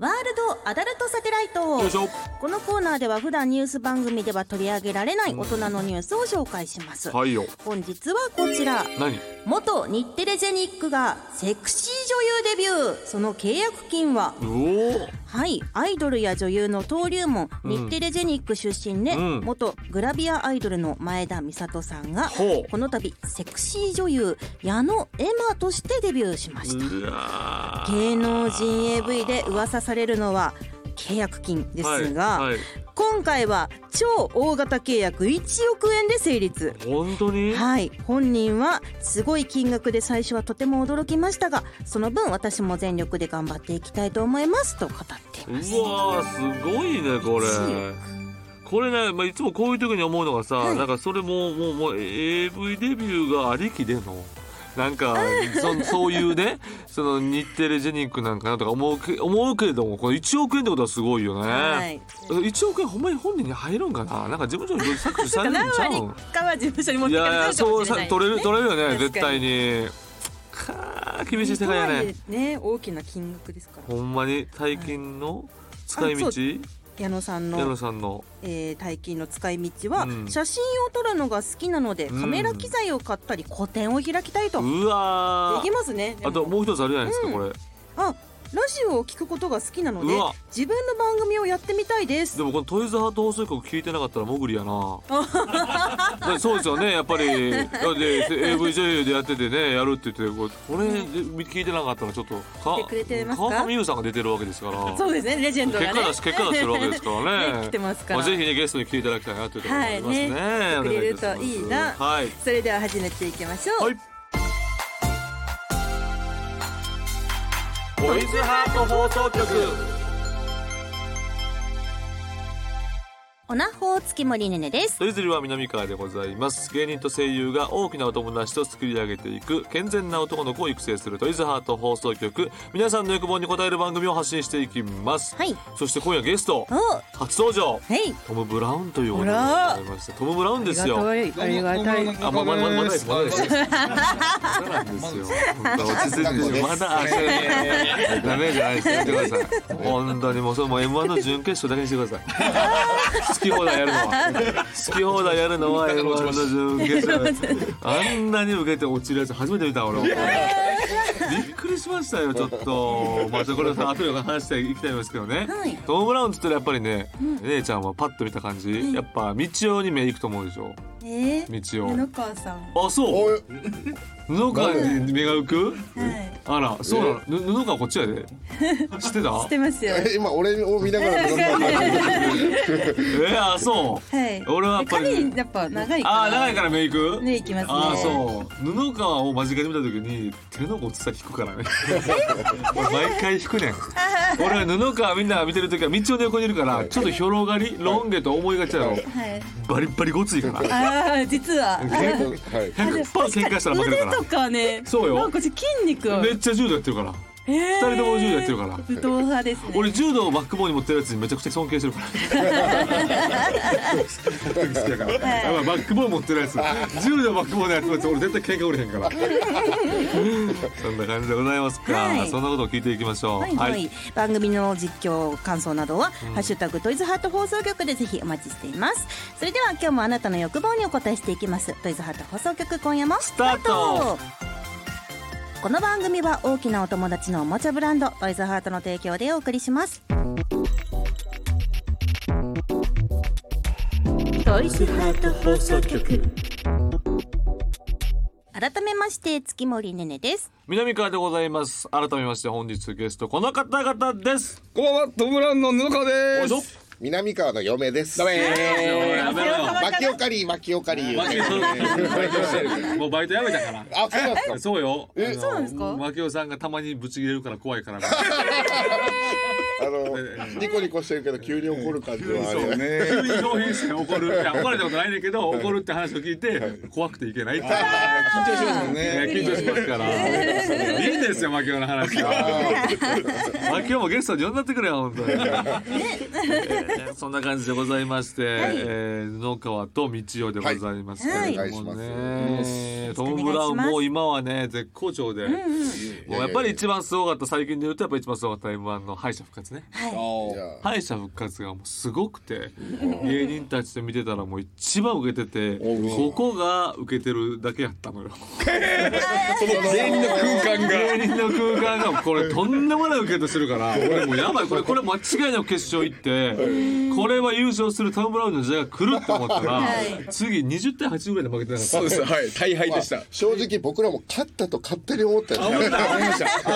ワールドアダルトサテライトよいしょこのコーナーでは普段ニュース番組では取り上げられない大人のニュースを紹介します、はいよ本日はこちら何元日テレジェニックがセクシー女優デビューその契約金はうおはいアイドルや女優の登竜門、日テレジェニック出身で、うん元グラビアアイドルの前田美里さんがほうこの度セクシー女優矢野エマとしてデビューしましたうわ芸能人 AV で噂されるのは契約金ですが、はいはい、今回は超大型契約1億円で成立本当にはい本人はすごい金額で最初はとても驚きましたがその分私も全力で頑張っていきたいと思いますと語っていうまわすーすごいねこれ強これね、まあ、いつもこういう時に思うのがさ、はいなんかそれももうもう AV デビューがありきでのなんかそそういうね その日テレジェニックなんかなとか思うけ思うけれどもこの1億円ってことはすごいよね、はい1億円ほんまに本人に入るんかななんか事務所に搾取される何んちゃ割うんかは事務所に持っいてかやれいやちゃうかそもうしれさない取れる取れるよね確かに絶対にかー厳しい世界やねとはいえね大きな金額ですからほんまに大金の使いあ道そ矢野さん矢野の、さんのえー、大金の使い道は、うん写真を撮るのが好きなのでうんカメラ機材を買ったり個展を開きたいと、でうわきーますねであともう一つあるじゃないですか、うんこれあラジオを聞くことが好きなのでうわ自分の番組をやってみたいですでもこのトイズハート放送局聞いてなかったらもぐり やなでそうですよねやっぱりで AV 女優でやっててねやるって言ってこれこれで聞いてなかったらちょっと来かてくれてますか川上優さんが出てるわけですからそうですねレジェンドがね結果出し結果出してるわけですからね ね来てますからあ、ぜひねゲストに来ていただきたいなというところもありますね,、はいね来てくれるといいなお願しますはいそれでは始めていきましょう、はいトイズハート放送局おなほ月森ねねですトイズリは南川でございます芸人と声優が大きなお友達と作り上げていく健全な男の子を育成するトイズハート放送局皆さんの欲望に応える番組を発信していきます、はいそして今夜ゲストおは初登場いトム・ブラウンというおがございましたトム・ブラウンですよありがたいありがたいあ、まだまだまだです。まだです。そうなんですよ。落ち着いてるでしょまだ足がダメじゃないです。やってください。本当にもうそれも M1 の準決勝だけにしてください。好き放題やるのは好き放題やるのは M1 の準決勝です。あんなに受けて落ちるやつ初めて見た俺。びっくりしましたよちょっとまあこれは後で話していきたいんですけどね、はいトム・ブラウンっつったらやっぱりね、姉ちゃんはパッと見た感じ、やっぱ道夫に目行くと思うでしょえー、道夫野川さんはあ、そう。おい布川に目が浮く。いあら、そうなの。ぬ布川こっち やで。知ってた知っ。てます よえ今俺を見ながらなんかえー、あ、そ う。はい俺はやっぱり髪やっぱ長いからあー、長いから目行く。目行きますねあー、そう。布川を間近で見た時に、手の甲つさ引くからね。 俺毎回引くねん。俺は布川みんなが見てる時は道の横にいるから、ちょっとひょろがり、ロン毛と思いがちだはろ。いバリッバリごついから。ああ実ははい100%喧嘩したら負け腕るからと。かねそうよなんかこっち筋肉めっちゃ柔道やってるから。二二人とも柔道やってるから。武闘派ですね俺柔道をバックボーンに持ってるやつにめちゃくちゃ尊敬してるから好きやからやばいバックボーン持ってるやつ柔道バックボーンのやつ俺絶対喧嘩売れへんからそんな感じでございますか、はいそんなことを聞いていきましょうはいはい、番組の実況感想などは、ハッシュタグトイズハート放送局でぜひお待ちしていますそれでは今日もあなたの欲望にお答えしていきますトイズハート放送局今夜もスタートこの番組は大きなお友達のおもちゃブランドトイズハートの提供でお送りしますトイズハート放送局改めまして月森ねねです 南川でございます改めまして本日ゲストこの方々ですこんばんは、トムブラウンの布川でおいしす。南川の嫁ですダメやめろよマキオカリーマキオカリーマキオそうバイトしてるもうバイトやめたからあそうなんですかそうよそうなんですかマキオさんがたまにブチ切れるから怖いからあのえニコニコしてるけど急に怒る感じはあそれうやねね。急に表変して怒る。いや怒られたことないねんだけど、怒るって話を聞いて、怖くていけないって。緊張しますもんねね。緊張しますから。いいんですよ、マキオの話は。マキオもゲストに呼んだってくれよ、本当に。えーそんな感じでございまして、えー野川と道夫でございますけれどもね。うんトム・ブラウンも今はね、絶好調で。もうやっぱり一番すごかった、最近で言うとやっぱ一番すごかった M1 の敗者復活ね。じゃあ敗者復活がもうすごくて芸人たちと見てたらもう一番受けててここが受けてるだけやったのよ全員の空間が。芸人の空間がこれとんでもない受けとしてるから俺もうやばいこれこれ間違いなく決勝行ってこれは優勝するトム・ブラウンの時代が来ると思ったらはい次20対8ぐらいで負けてなかったそうです。はい。大敗でした。正直僕らも勝ったと勝手に思ったよねあ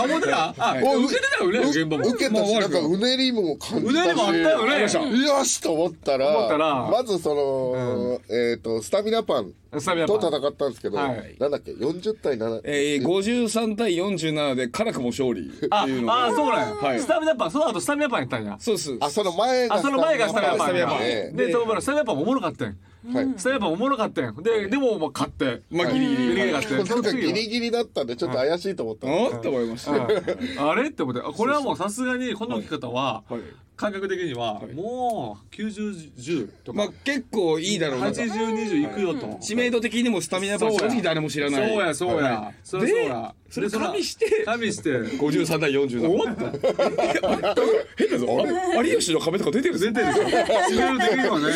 思ってたあお受けてたよね現場も受けたしなんかうねりも感じたうしねりもあったよねありましたよしと思ったら思ったらまずその、えっ、とスタミナパンスタミナパンと戦ったんですけど、はいなんだっけ40対7えー、53対47で辛くも勝利ってあいうのあがそうなんや、はいスタミナパンその後スタミナパンやったんやそうです。あその前があその前がスタミナパンスタミナやパンねでトム・ブラウンスタミナパンもおもろかったんやはいスタイパンおもろかったやん。で、でも、まあ、勝って。まあギリギギリ。リ勝って。なんかギリギギリだったんでちょっと怪しいと思ったんですおっと思いまし た。あれって思って、あこれはもうさすがに、この置き方は、はい感覚的には、もう、90、10とまか、あ結構いいだろうなと。 80、20いくよと。知名度的にもスタミナパン正直誰も知らない。そうや、そうや。そりゃそうや。それで加味して加味して。 53対47。おっと 変だぞ。あ有吉の壁とか出てる出てるぞ。知名度的にはね、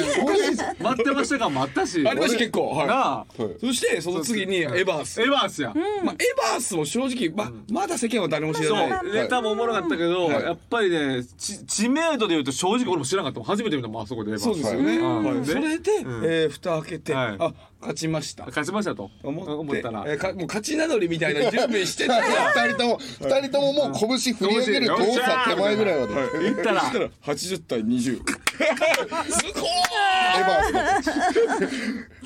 待ってました感もあったし。ありました結構。はい。なあ、そしてその次にエヴァース。エバースや。まあ、エヴァースも正直、まあ、まだ世間は誰も知らそなうい。ネタもおもろかったけど、やっぱりね知知名度でいうと正直俺も知らなかったもん初めて見たもんあそこでそうですよね。はいはいでそれで、えー蓋開けて、はいあ勝ちました。勝ちましたと思って思ったらえーかもう勝ち名乗りみたいな準備してたら 二人とも二人とももう拳振り上げる遠さ手前ぐらいまで、エ行ったらそしたら80対20。ヴァースの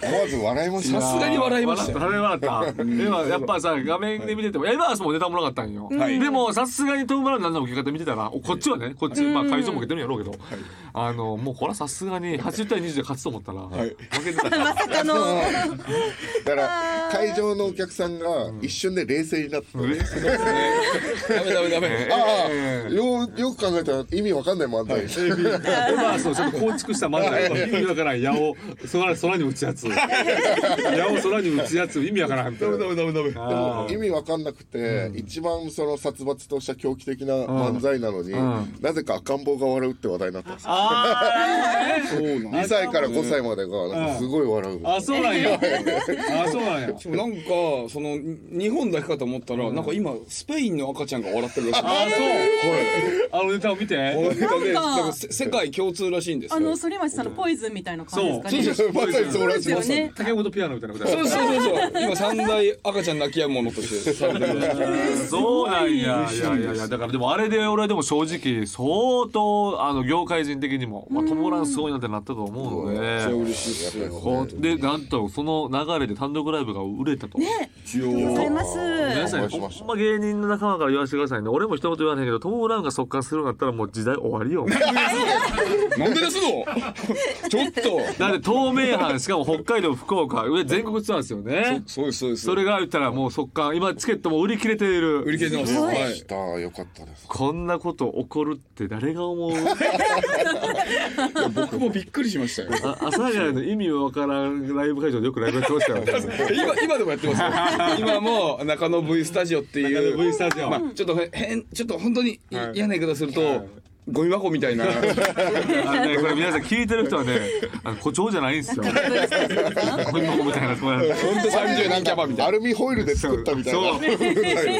思わず笑いましたさすがに笑いましたよ。笑った笑ったでもやっぱさ画面で見ててもエヴァースもネタおもろかったんよいでもさすがにトム・ブラウンのあんな受け方見てたらおこっちはねこっちまあ会場も受けてるんやろうけどあのもうこれはさすがに80対20で勝つと思ったら負けてたからまさかのだから会場のお客さんが一瞬で冷静になって、 ダメダメダメ。ああようよく考えたら意味わかんない漫才、エヴァースをちょっと構築した漫才と意味わからん矢を空空に打つやつ矢を空に打つやつ意味わからんってダメダメダメダメ。あー意味わかんなくて、一番その殺伐とした狂気的な漫才なのに、なぜか赤ん坊が笑うって話題になったんですよあーそうなん2歳から5歳までがなんかすごい笑う、あそうなんやあそうなんやしかもなんかそのに日本だけかと思ったら、なんか今スペインの赤ちゃんが笑ってるらしあい。そうあのネタを見てでなんかせ世界共通らしいんですよ。あの反町さんのポイズンみたいな感じですかね。そうそまさにそううらでしすいよね。竹本ピアノみたいなことそうそうそうそう。今三大赤ちゃん泣き止むものとしてされてる。そうなんやいやいやいやだからでもあれで俺はでも正直相当あの業界人的にもまあトモランすごいなってなったと思うので嬉しいっすよ。ほんでなんとその流れで単独ライブが売れたと。一応ございます。皆さんお願いしましたほんま芸人の仲間から言わせてくださいね俺も一言言わないけどトム・ブラウンが速乾するようになったらもう時代終わり よなんでですの？ちょっと。だって透明版しかも北海道福岡上全国ツアーですよねそうですそうです。それが言ったらもう速乾今チケットも売り切れている売り切れてます。はい。ああよかったですこんなこと起こるって誰が 思う僕もびっくりしましたよ。あ阿佐ヶ谷の意味わからんライブ会場でよくライブやってま したよね 今今でもやって ますよ。今も中野 V スタジオっていう。中野 V スタジオまあちょっとへ変ちょっと本当にい嫌な言い方するとゴミ箱みたいな。あのねこれ皆さん聞いてる人はねあの誇張じゃないんで すよこんな子みたいなこうやって本当三十何キャバみたアいルミホイルで作ったみたいなそう。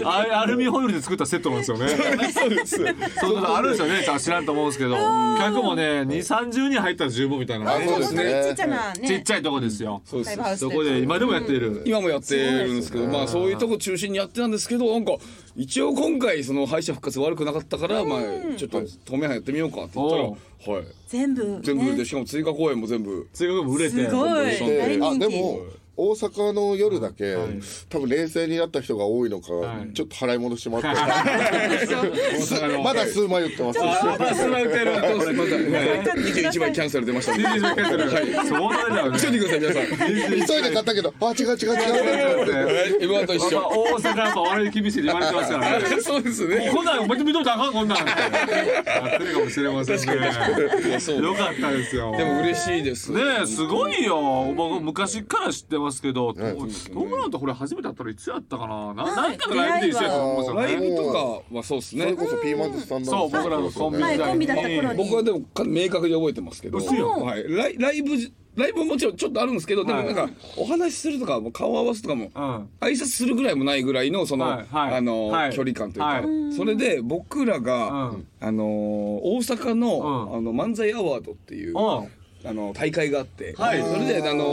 あれアルミホイルで作ったセットなんですよね。そうです。そういうことあるんですよね。知らんと思うんですけど、客もね、二三十人入ったら十分みたいなね。そうですねちっちゃなね。ちっちゃいとこですよ。な。ライブハウスそこで今でもやっている。今もやってるんですけどまあそういうとこ中心にやってたんですけどなんか一応今回その敗者復活悪くなかったからまあちょっと透明派やってみようかって言ったらおはい全部ね。全部でしかも追加公演も全部それが売れて。 すごい。で大あ人で気。も大阪の夜だけ、い多分冷静になった人が多いのか、はいちょっと払い戻してもらって、阪の まだ数枚言ってますあバスラウテルどうする21枚キャンセル出ました。 21枚キャンセルはいそうなんだよね急いでください皆さん。急いで買ったけどあ違う違う違うはい今と一やっぱ緒。大阪やっぱ笑い厳しいって言われてますからね そうですね。こんなんお前見といたらあかんこんなんってやってるかもしれませんねやそうよかったですよでも嬉しいです。ねえすごいよ僕昔から知ってますけどトムブラウンとこれ初めて会ったらいつやったかなな何回かライブで一緒やったと思うんラですイよねブとかはそうですそねれ。こそピーマンとスタンダードそう僕らのコンビ時はいコ代ンビにだった頃に僕はでもか明確に覚えてますけど、嘘やんはい、ライライブじライブももちろんちょっとあるんですけど、でもなんかお話しするとかもう顔合わすとかも、うん挨拶するぐらいもないぐらいのその、はいはいあの、はい距離感というか、はいそれで僕らが、うんあの大阪の,、うんあの漫才アワードっていう。うんあの大会があって、はいそれであの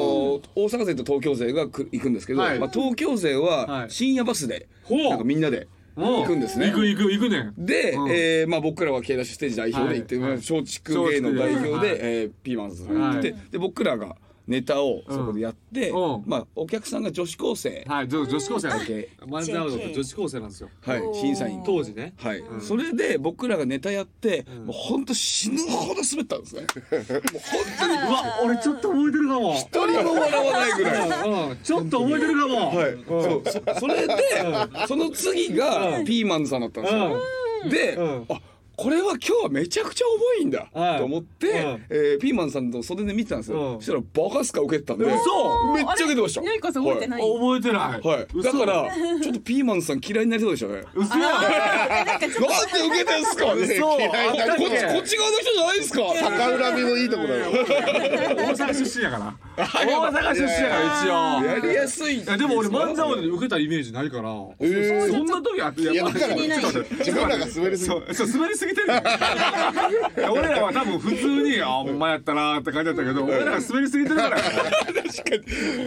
大阪勢と東京勢がく行くんですけど、はいまあ、東京勢ははい深夜バスで、ほうなんかみんなでもう行くんですね。行く行く行くねんで、うんえーまあ、僕らは K ダッシュステージ代表で行って、はいはい松竹芸能代表で、はいえーピーマンズさんが行って、はで僕らがネタをそこでやって、うんまあ、お客さんが女子高生、はい女女子高生なんで JK マンダウン女子高生なんですよはい審査員と。当時ねはい、それで僕らがネタやって、もうほんと死ぬほど滑ったんですねもうほんとにうわ俺ちょっと覚えてるかも一人も笑わないぐらいうんちょっと覚えてるかもはい、そうそそれでその次がピーマンズさんだったんですよ、で、んあこれは今日はめちゃくちゃ重いんだ、はいと思って、うんえーピーマンズさんと袖で見てたんですよ、うんそしたらバカスカ受けてたんでめっ嘘ちゃ受けてましたあれゆいこさん覚えてない。覚えてないはい、はいだ嘘からちょっとピーマンズさん嫌いになりそうでしたね嘘やなんで受けてんすかね嘘嫌いだあったっけこっちこっち側の人じゃないですか逆恨みもいいとこだよ大阪出身やから大阪出身やから一応やりやすいいやでも俺漫才をまで受けたイメージないからえーそんな時あっていやだからいない自分らが滑りすぎそてうそう滑りす ぎてるよ俺らは多分普通に「あほんまやったな」って感じだったけど俺らが滑りすぎてるから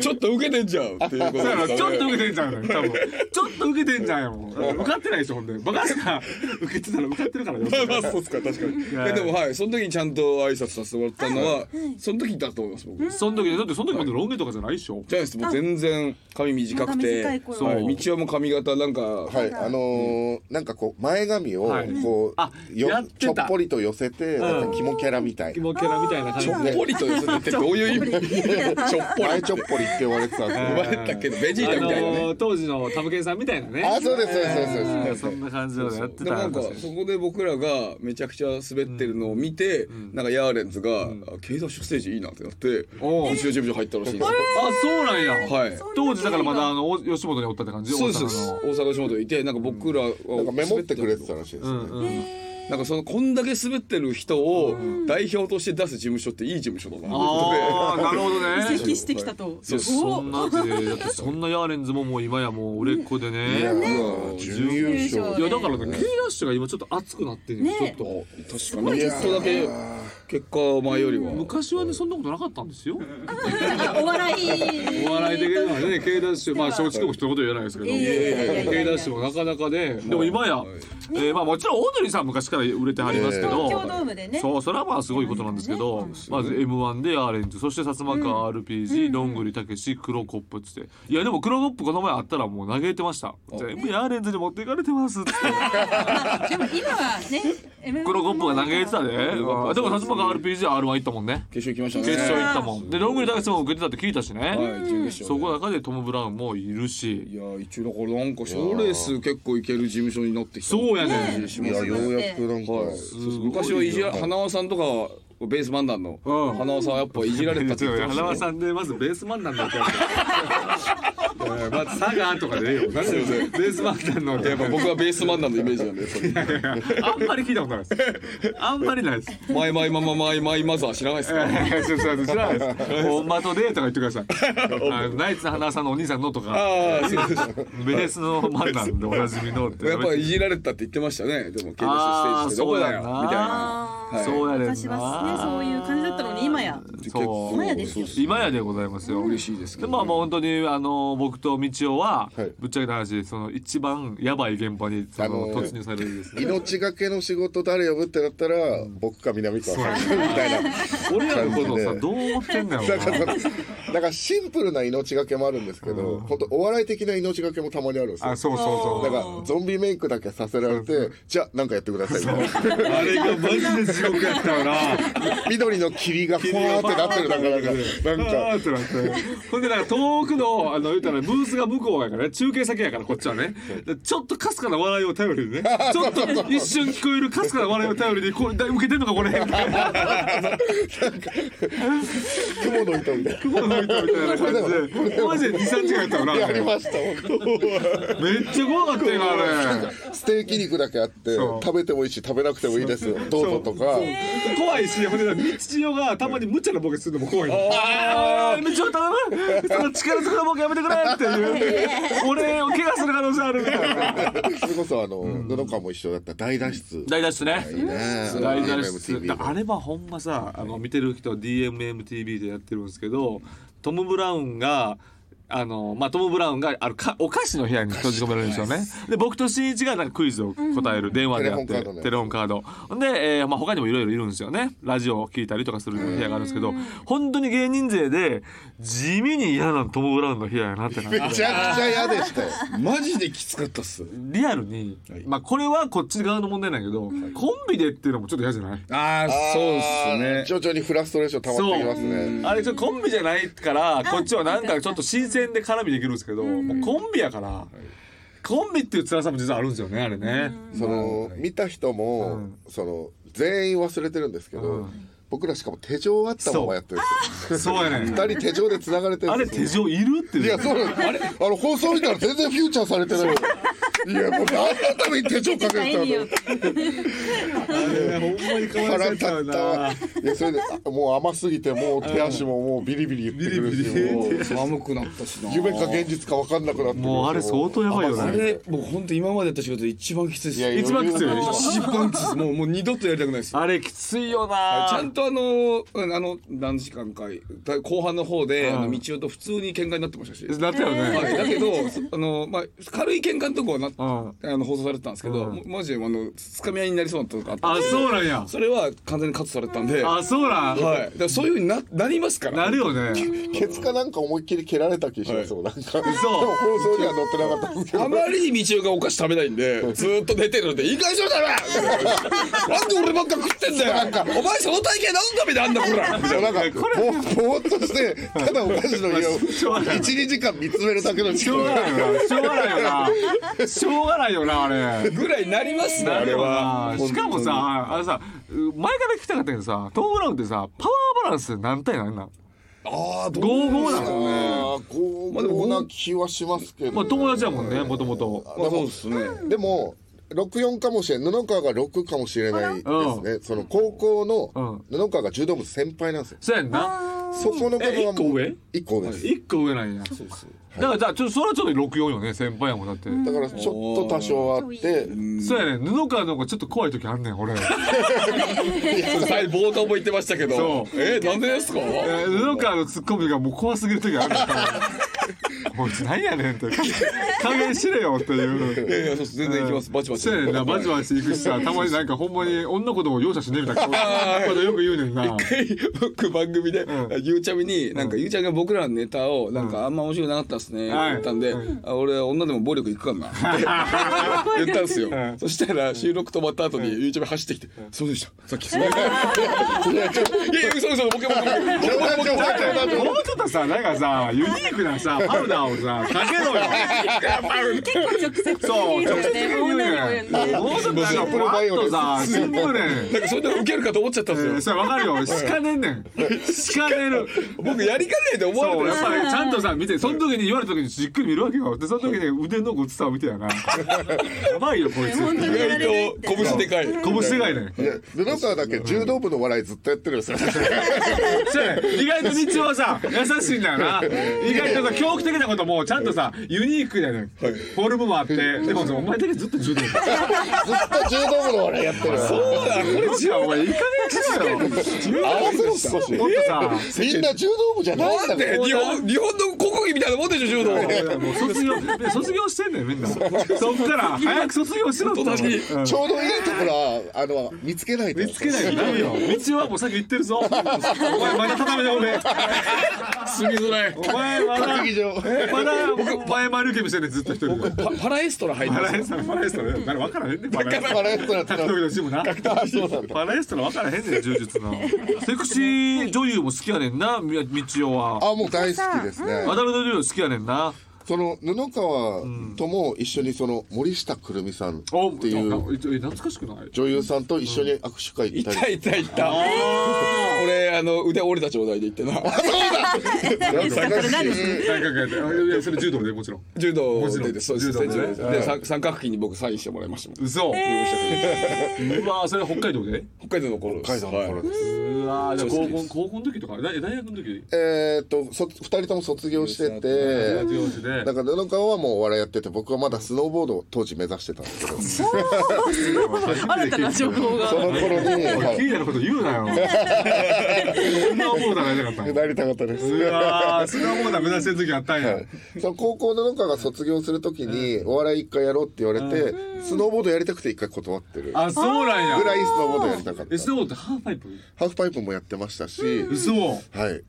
ちょっと受けてんじゃんっていうことそうやろでちすょよっねと受けてんじゃんよ多分ちょっと受けてんじゃんよもう受かってないでしょほんでバカしか受けてたら受かってるからよまあそうっすか確かに、はいでもはいその時にちゃんと挨拶させてもらったのは、その時だと思います僕、じゃその時だってその時までロン毛とかじゃないでしょないですもう全然髪短くてまだ短い頃そう、はい、道はもう髪型なんか、はい、あのーなんかこう前髪をはいこあう、よやってたちょっぽりと寄せて、なんかキモキャラみたいキなモキャラみたいな感じちょっぽりと寄せてってどういう意味ちょっぽり前ちょっぽりって言われてたんです呼よばれたけどベジータみたいなね、あのー当時のタブケンさんみたいなねあそうですそうですそうですそううでんそんな感じのやってでもたなんかそこで僕らがめちゃくちゃ滑ってるのを見て、なんかヤーレンズが「経済ステージいいな」ってなってうちおうの事務所入ったらしいんですよあそうなんや、はい当時だからまだあのお吉本におったって感じそうです大そう阪ですの大阪仕事いてなんか僕らはすなんかメモってくれてたらしいですね、なんかそのこんだけ滑ってる人を代表として出す事務所っていい事務所だなああなるほどね移籍してきたと。そうそう そんなでだってそんなヤーレンズももう今やもう売れっ子でねいいややもう準優準優勝勝だからね K ラッシュが今ちょっと熱くなってるよ、ねちょっと確かにちょっとだけ結果前よりは昔はねそんなことなかったんですよお笑い。お笑い的にはね K ダッシュまあ松竹も一言言えないですけどいやいやいやいや K ダッシュもなかなかででも今やえーまあもちろんオードリーさん昔から売れてはりますけど東京ドームでね。そうそれはまあすごいことなんですけどまず m 1でアーレンジそして薩摩川 RPG どんぐりたけし黒コップっつっていやでも黒コップこの前あったらもう嘆いてました全部アーレンジに持っていかれてますっ てでも今はね、M1 黒コップが嘆いてたででも薩摩川 RPG は R1 行ったもんね決勝行きましたね決勝行ったもんでどんぐりたけしも受けてたって聞いたしねはい準決勝そこの中でトム・ブラウンもいるしいや一応だからなんか賞レース結構いける事務所になってきたそうやねん感じしいますやようやくなんか、昔はいじら花輪さんとかはベースマンダンのうん花輪さんはやっぱいじられたって言ってました花よ輪さんでまずベースマンなんだ ってまずサガーとかでええよなんでベースマンなんのやっぱ僕はベースマンダンのイメージなんでやっぱりあんまり聞いたことないです。あんまりないです。 「マイマイマママイマイマザー」知らないですかすいません知らないです。ほんまとデーとか言ってくだ さい。あのナイツの花輪さんのお兄さんのとか、ああそうですベースのマンなんでおなじみのって。やっぱいじられたって言ってましたねでも KBS ステージってどこだよみたいなそうやねんな。昔はねそういう感じだっったのに今やそう今やですよ今やでございますよ。嬉しいですけでど、まあもう本当にあの僕と道夫は、はいぶっちゃけた話その一番やばい現場にその、あのー突入されるんですね。命がけの仕事誰呼ぶってなったら、僕か南川さんみたいな俺らのことさ感じでどう思ってんだなよん。かそのなんかシンプルな命がけもあるんですけど、本当お笑い的な命がけもたまにあるんですよあそうそうなそんう。かゾンビメイクだけさせられてじゃあなんかやってくださいみたいなあれがマジで地獄やったよな。緑の霧がふわーってなってる中 なんかあなんかーってなってほんでなんか遠くのあの言うたらブースが向こうやからね中継先やからこっちはねでちょっとかすかな笑いを頼 りにねちょっと一瞬聞こえるかすかな笑いを頼りにこれだ受けてんのか これみたいな雲の糸 みたい雲の糸みたいな感じでマジで23時間やったよななあやれりめっました本ちゃ怖かったよなあれ。当ステーキ肉だけあってそう食べてもいいし食べなくてもいいですよどうぞとか怖いし、ほんで、道代がたまに無茶なボケするのも怖い。ああ、道代頼む。その力ずくのボケやめてくれって いう。俺を怪我する可能性あるみたいな。それこそあの布川も一緒だった大脱出大脱出ね。いいね大脱出 MMTV あれはほんまさあの見てる人 DMMTV でやってるんですけどトム・ブラウンがあのまあトム・ブラウンがあるかお菓子の部屋に閉じ込められるんですよねで僕としんいちがなんかクイズを答える電話でやってテレホンカードねテレホンカードほんで、えーまあ、他にもいろいろいるんですよねラジオを聞いたりとかする部屋があるんですけど本当に芸人勢で地味に嫌なトム・ブラウンの部屋やなってなってめちゃくちゃ嫌でしたよマジできつかったっすリアルに、まあこれはこっち側の問題なんやけど、コンビでっていうのもちょっと嫌じゃないああそうっすね徐々にフラストレーション溜まってきますねあれちょっとコンビじゃないからこっちはなんかちょっと新鮮で絡みできるんですけど、もうコンビやからコンビっていう辛さも実はあるんですよねあれね。その見た人も、その全員忘れてるんですけど、僕らしかも手錠あったままやってるんですそうやねん。よ二人手錠で繋がれてるあんでれすよ手錠いるっていういやそうなんですあれあの放送見たら全然フューチャーされてないいやもう何のために手錠かけ大てた変よのほんまにかわ腹い立っそうやたなわ。いやそれであもう甘すぎてもう手足ももうビリビリ言ってくるしもう寒くなったしな夢か現実か分かんなくなってくるしもうあれ相当やばいよあねれ僕本当今までやった仕事で一番きついっすいや一番きつい余裕の一番きついっすもうもう二度とやりたくないっすあれきついよちゃ。なんとあのうんあの何時間かだ後半の方で、あの道夫と普通に喧嘩になってましたし、なったよはね。いだけどそあの、まあ、軽い喧嘩のとこはな、んあの放送されてたんですけど、もマジであのつかみ合いになりそうなとこがあったんあでそうなんや。それは完全にカットされてたんで、はあそうなんい、。だからそういうふうにななりますからなるよね。ケツかなんか思いっきり蹴られた気しますもん、なんかでも放送には載ってなかったんですけどあまりに道夫がお菓子食べないんでずーっと寝てるので「いい加減にしろだろ!」なんで俺ばっか食ってんだよお前その体型何のためであんだこら!」いやなんかぼぼーっとしてただお菓子の家をしょうがない12時間見つめるだけの時しょうが間ないよな。しょうがないよな。しょうがないよなあれ。ぐらいなりますねあれはしかもさあのさ前から聞きたかったけどさトム・ブラウンってさパワーバランス何対何なんああどう55なのあーこうこうな気はしますけど、まあ友達だもんねもともとまあそうですねでも64かもしれない布川が6かもしれないですね、その高校の布川が柔道部先輩なんですよ、そうやんなそこの部分はもうえ一個上一個上です、一個上なんやだからじゃあちょっとそれはちょっと64よね先輩やもんだってだからちょっと多少あってそうやね布川の方がちょっと怖い時あんねん俺えはい冒頭も言ってましたけどそえなんでですかー布川のツッコミがもう怖すぎる時あるん だこいつ何やねんって加減しれよっていういやいやそうです全然いきますバチバチそうやねんな バチバチ行くしさたまになんかほんまに女子 供容赦しねえみたいなことよく言うねん な僕番組で、ゆうちゃみになんか、ゆうちゃみが僕らのネタをなんか、あんま面白くなかったですね、はい言ったんで、あ俺女でも暴力いくかんなって 言 ったんですよ、そしたら収録止まった後にゆうちゃみ走ってきて「そうでしたさっきすいません」いやいやそうそう僕 僕僕僕冗談冗談冗談もうちょっとさなんかさユニークなさパウダーをさかけろよ結構直接 的そうに直接的ねにもう何をやねんでもうちょっとなんかふわっとさシンプルねなんかそれでもウケるかと思っちゃったんですよ、それわかるよしかねんねんしかねる僕やりかねえで思われてそうるやっぱりちゃんとさ見てその時に言われた時にじっくり見るわけよでその時に腕の落ちさを見てやなやばいよこいつ本当に意外と拳でかい拳世界ねいや布川だけ柔道部の笑いずっとやってるんですよそうやね意外と日はさ優しいんだよな意外とさ狂気的なこともちゃんとさユニークだよねフォルムもあってでもさお前だけずっと柔道ずっと柔道部の笑いやってるそうだこれじゃお前いい加減みんな柔道部じゃないんだから日本日本の国技みたいなもんでしょ柔道もう卒業卒業してんねんみんなそっから早く卒業しろと確かにちょうどいいところはあの見つけないと見つけないとダメよ道はもう先行ってるぞお前まだ畳で俺住みづらいお前まだまだ僕前丸受けしてねずっと一人でパラエストラ入ってパラエストラパラエストラ誰分からへんねんパラエストラ格闘技のチームなパラエストラ分からへんねん柔術のセクシー女優も好きやねんな道夫はあもう大好きですねアダルト女優好きやねんなその布川とも一緒にその森下くるみさんっていう懐かしくない女優さんと一緒に握手会行ったりいたいたいた俺あの腕折れた状態で行ってなそうだ懐かしい三角形いやそれ柔道でもちろん柔道ででそうですで三角形に僕サインしてもらいましたもん嘘うわそれ北海道で北海道の頃北海道の頃ですうわじゃ高校高校の時とか大学の時 えっとそ二人とも卒業しててだから布川はもうお笑いやってて僕はまだスノーボードを当時目指してたんですけど新たな情報がその頃に聞いたこと言うなよスノーボーダーなりたかったなりたかったですうわスノーボーダー目指してる時あったんやその高校の布川が卒業する時にお笑い一回やろうって言われてスノーボードやりたくて一回断ってるあそうなんやぐらいスノーボードやりたかったスノーボードハーフパイプハーフパイプもやってましたし嘘はい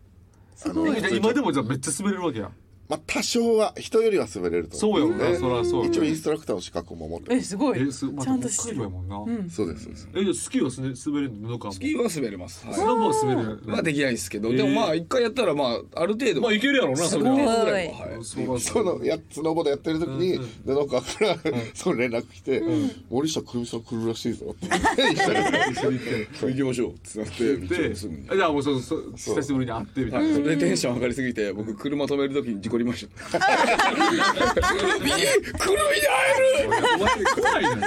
すごい今でもじゃめっちゃ滑れるわけやまあ、多少は人よりは滑れるとそうよね、そりゃそう一応インストラクターの資格も持ってえすごいちゃんとしてるもんな、そうですそうですえスキーはす、ね、滑れるのかスキーは滑れます、スノボは滑れるまあできないですけど、でもまあ一回やったらまあある程度まあいけるやろうなそれはすごいそのやスノボでやってる時に布川からその連絡来て「森下久美さん来るらしいぞ」って一緒に行きましょう」ってなってすぐじゃあもうそうそう久しぶりに会ってみたいなそれテンション上がりすぎて僕車止める時に事故りましたくるみに会える怖いね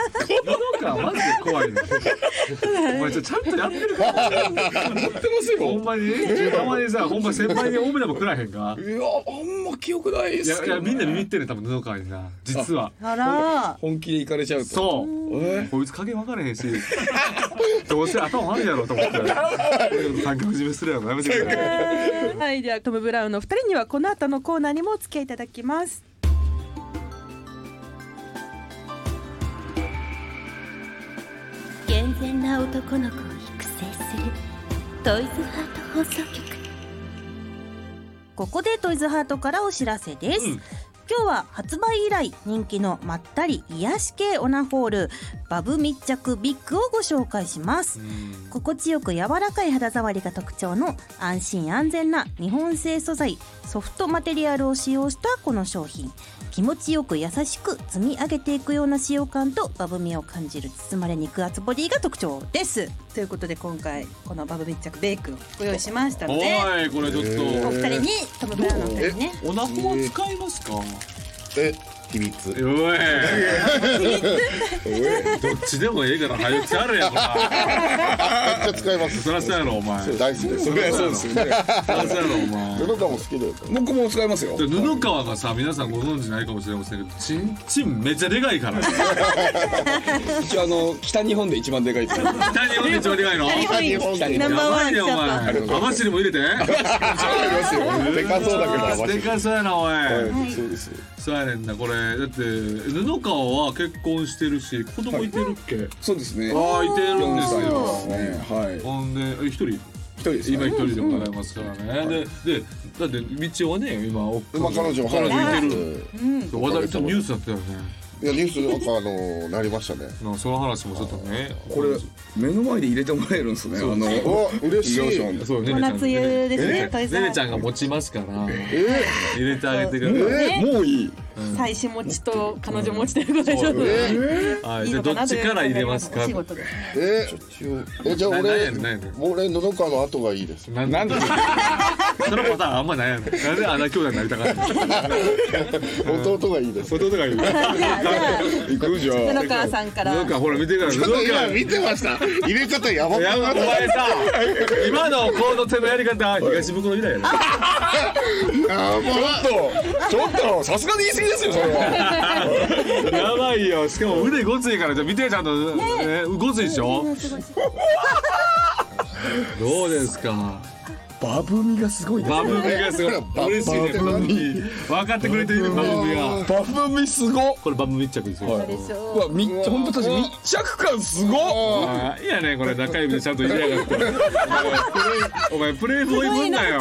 布川マジで怖いねお前ちゃんとやってるからやってますよほんまにたまにさほんま先輩に多めでもくらへんかいやあんま記憶ないっすいやみんなビビってる多分布川にな実はあら本気でいかれちゃうそうこいつ影分かれへんしどうせ頭悪いやろと思って三角締めするやろやめてくれはいではトム・ブラウンの二人にはこの後のコーナーにもお付き合いいただきます健全な男の子を育成するトイズハート放送局ここでトイズハートからお知らせです、うん、今日は発売以来人気のまったり癒し系オナホールバブ密着ビッグをご紹介します、うん、心地よく柔らかい肌触りが特徴の安心安全な日本製素材ソフトマテリアルを使用したこの商品気持ちよく優しく積み上げていくような使用感とバブみを感じる包まれ肉厚ボディが特徴ですということで今回このバブ密着ベイクをご用意しましたのではいこれちょっとお二人にトム・ブラウンのお二人ねおなこは使いますかえ秘密おいどっちでもええから早口あるやんめっちゃ使いますそらそうやろお前大好きですそりゃそうですよねそらそうやろお前布川も好きだよ僕も使いますよ布川がさ皆さんご存知ないかもしれませんけどちんちんめっちゃでかいから一応あの北日本で一番でかい北日本で一番でかいの北日本でナンバーワンお前網走も入れて でかそうだけどでかそうやなおいそうですそうやねんなこれだって布川は結婚してるし子供いてるっけ、はい、そうですねああいてるんですよはいほんで一人一人です今一人でございますからね、ででだって道はね今今彼女彼女いてる、うん、話題ちょっとニュースだったよねいやニュースなんかあのなりましたね。なその話もちょっとね。これ目の前で入れてもらえるんですね。あの嬉しい。そうね。夏湯ですね。ねねちゃんが持ちますから。え入れてあげてください。もういい。妻子持ちと彼女持ちということでちょっと。はい。じゃどっちから入れますか。ええじゃ俺俺のどかの後がいいです。ななんで。そのパターンあんまないやん。なぜ穴兄弟になりたかった。弟がいいです。弟がいい。行くじゃん。野川さんから。野川ほら見てから。今見てました。入れ方やばっかた。お前 さ、今のこの手のやり方東袋以来やね。あもうちょっとちょっとさすがに言い過ぎですよそれは。 やばいよ。しかも腕ごついからじゃ見てちゃんとねごついでしょ。 どうですかバブミがすごいですバブミねがすごバい嬉しいねバブミ分かってくれているバブミがバブミすごっこれバブ密着ですよ、はいでしょうわみ本当確かに密着感すごっあーいやねこれ中指でちゃんと入れやがってお前プレイボーイぶんなよう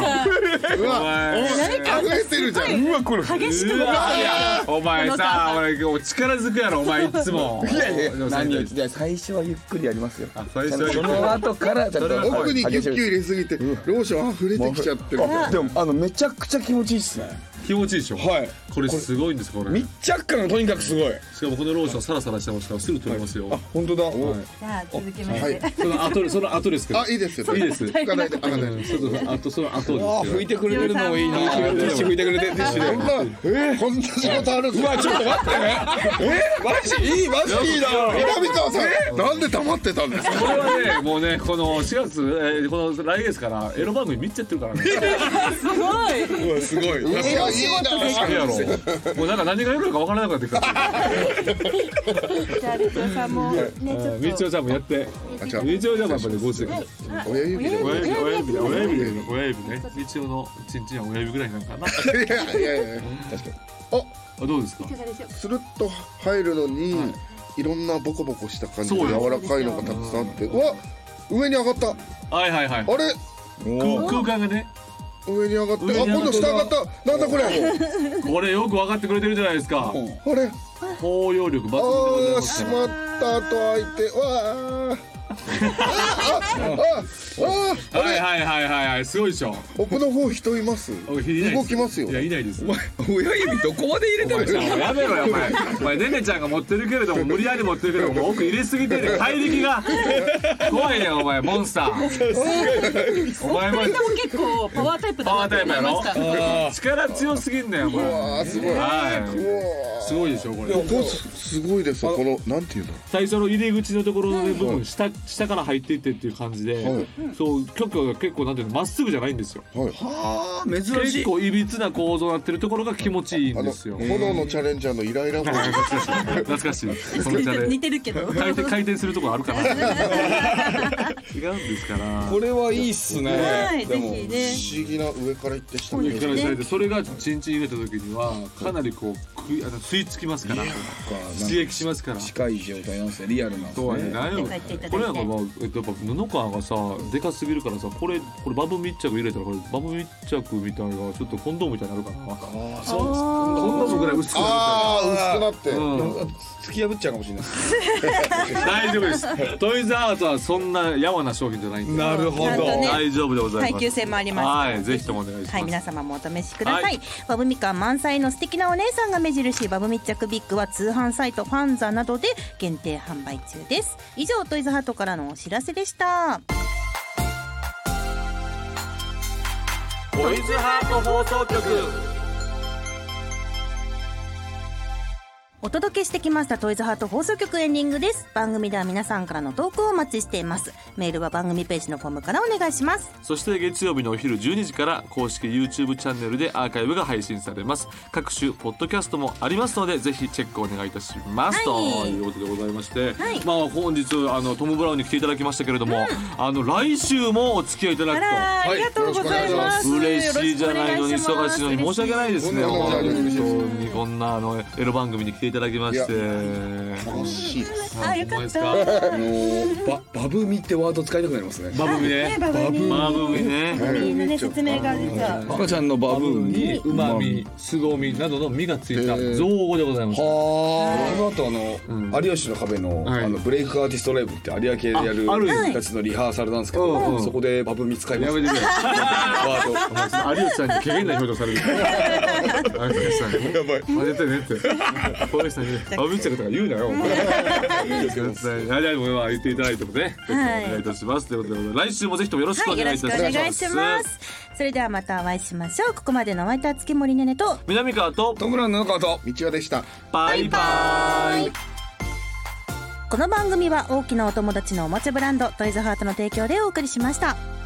おわ前溢れてるじゃんうわこれ激しくう動かわすいねやお前さお前力づくやろお前いつもいやいや何を言ってていや最初はゆっくりやりますよあ最初はゆっくそりの後からちゃんと奥にキュッキュ入入れすぎてローション溢れてきちゃってるでもあのめちゃくちゃ気持ちいいっすね気持ちいいでしょはいこれすごいんですこれ密着感がとにかくすごいしかもこのローションサラサラしてますからすぐ取れますよ、あ本当だじゃあ続きましはていその後その後ですけどあいいですよいいです拭かないで拭かないでちょっとあとその後あです拭いよてくれてるのもいいなティッシュ拭いてくれてティッシュでこんなえーこんな仕事あるんでうすわちょっと待ってね えマジいいマジいいな南川さんなんで黙ってたんですかこれはねもうねこの4月、えーこの来月からエロ番組見ちゃってるからねうわすごいうわいいなあれやろもうなんか何がエロいか分からなくなってき たじゃあ、哲夫さんも、ね、ちょっと。みちおちゃんもやってあじゃあみちおちゃんもやっぱりご主人親指で親指親指親指親指ねみちおのちんちんは親指ぐらいなん かないやいやいやあどうですかスルッと入るのに、い、ろんなボコボコした感じでそうよ柔らかいのがたくさんあってうわ上に上がったはいはいはいあれ空空間がね上に上がって上に上あがった今度下上がったなんだこれあこれよく分かってくれてるじゃないですかれ包容力抜群であございーますしからまったあと開いてわあああああはれいはいはいはいはいすごいでしょ奥の方人いますおいいないです動きますよいやいないです親指どこまで入れてるんですかやめろよお前お前ねねちゃんが持ってるけれども無理やり持ってるけれども奥入れすぎてる怪力が怖いよお前モンスター お前も結構パワータイプパだワなーとタイプ思いやまろした力強すぎんねよおう前わあすごいうわはいあすごいでしょこれここすすごいですよこのなんていうんだろ最初の入り口のところの部分下下から入っていってっていう感じはでいそう曲が結構なんていうのまっすぐじゃないんですようはいあー珍し結い構いびつな構造になってるところが気持ちいいんあでのすよ炎のチャレンジャーのイライラ棒懐かしいそのチャレ似てるけど回転回転するとこあるか な違うんですからこれはいいっすねはい、でぜもひね。不思議な上から行って下に行いくかがでしたでそれがチンチン入れた時にはかなりこうくいあの吸い付きますから刺激しますから近い状態なんですねリアルなんですそうはねねないよ帰っていただいてこれなんかまあえっとやっぱ布川がさでかすぎるからさこれこれバブ密着入れたらこれバブ密着みたいなちょっとコンドームみたいになるかなあそうですコンドームぐらい薄くなああ薄くなってるから、うん、突き破っちゃうかもしれない大丈夫ですトイズアートはそんなやわな商品じゃないんでなるほちゃんとね大丈夫でござ耐います久性もありますからはいぜひともお願いします、はい、皆様もお試しください、はいバブミカン満載の素敵なお姉さんが目印バブ密着ビッグは通販サイトファンザなどで限定販売中です以上トイズハートからのお知らせでしたトイズハート放送局お届けしてきましたトイズハート放送局エンディングです番組では皆さんからの投稿をお待ちしていますメールは番組ページのフォームからお願いしますそして月曜日のお昼12時から公式 YouTube チャンネルでアーカイブが配信されます各種ポッドキャストもありますのでぜひチェックお願いいたします、はいということでございまして、はいまあ本日あのトム・ブラウンに来ていただきましたけれども、あの来週もお付き合いいただあくら、ありがとうございます。と嬉しいじゃないのに忙しいのに申し訳ないですねそんなこと本ないです当にこんなあのエロ番組に来ていただきましてい楽楽しいですあよかったあのーババブミってワード使いたくなりますねバブミねバブミ。バブミねバブミのね、説明が出た。赤ちゃんのババブブミにうまみ、すごみなどの実がついた造語でございます。はあこの後あの、う有吉の壁の,、はいあのブレイクアーティストライブって有明でやるああるよやつのリハーサルなんですけど、うんうんそこでバブミ使いまやすめてくれ。ワード有吉さんに軽減な表情される。有吉さんに。やばい。真似てねって。小林さんに、あ、みっちゃんとか言うなよ。お前言ってくださいやりあいもまあ言っていただいてもね、お願いいたします。ということで、来週もぜひともよろしくはおい、よ願いろいしくたおします。願いします。それではまたお会いしましょうここまでのお相手は月森ねねと南川と、トムランの中と道夫でしたバイバイ。この番組は大きなお友達のおもちゃブランドトイズハートの提供でお送りしました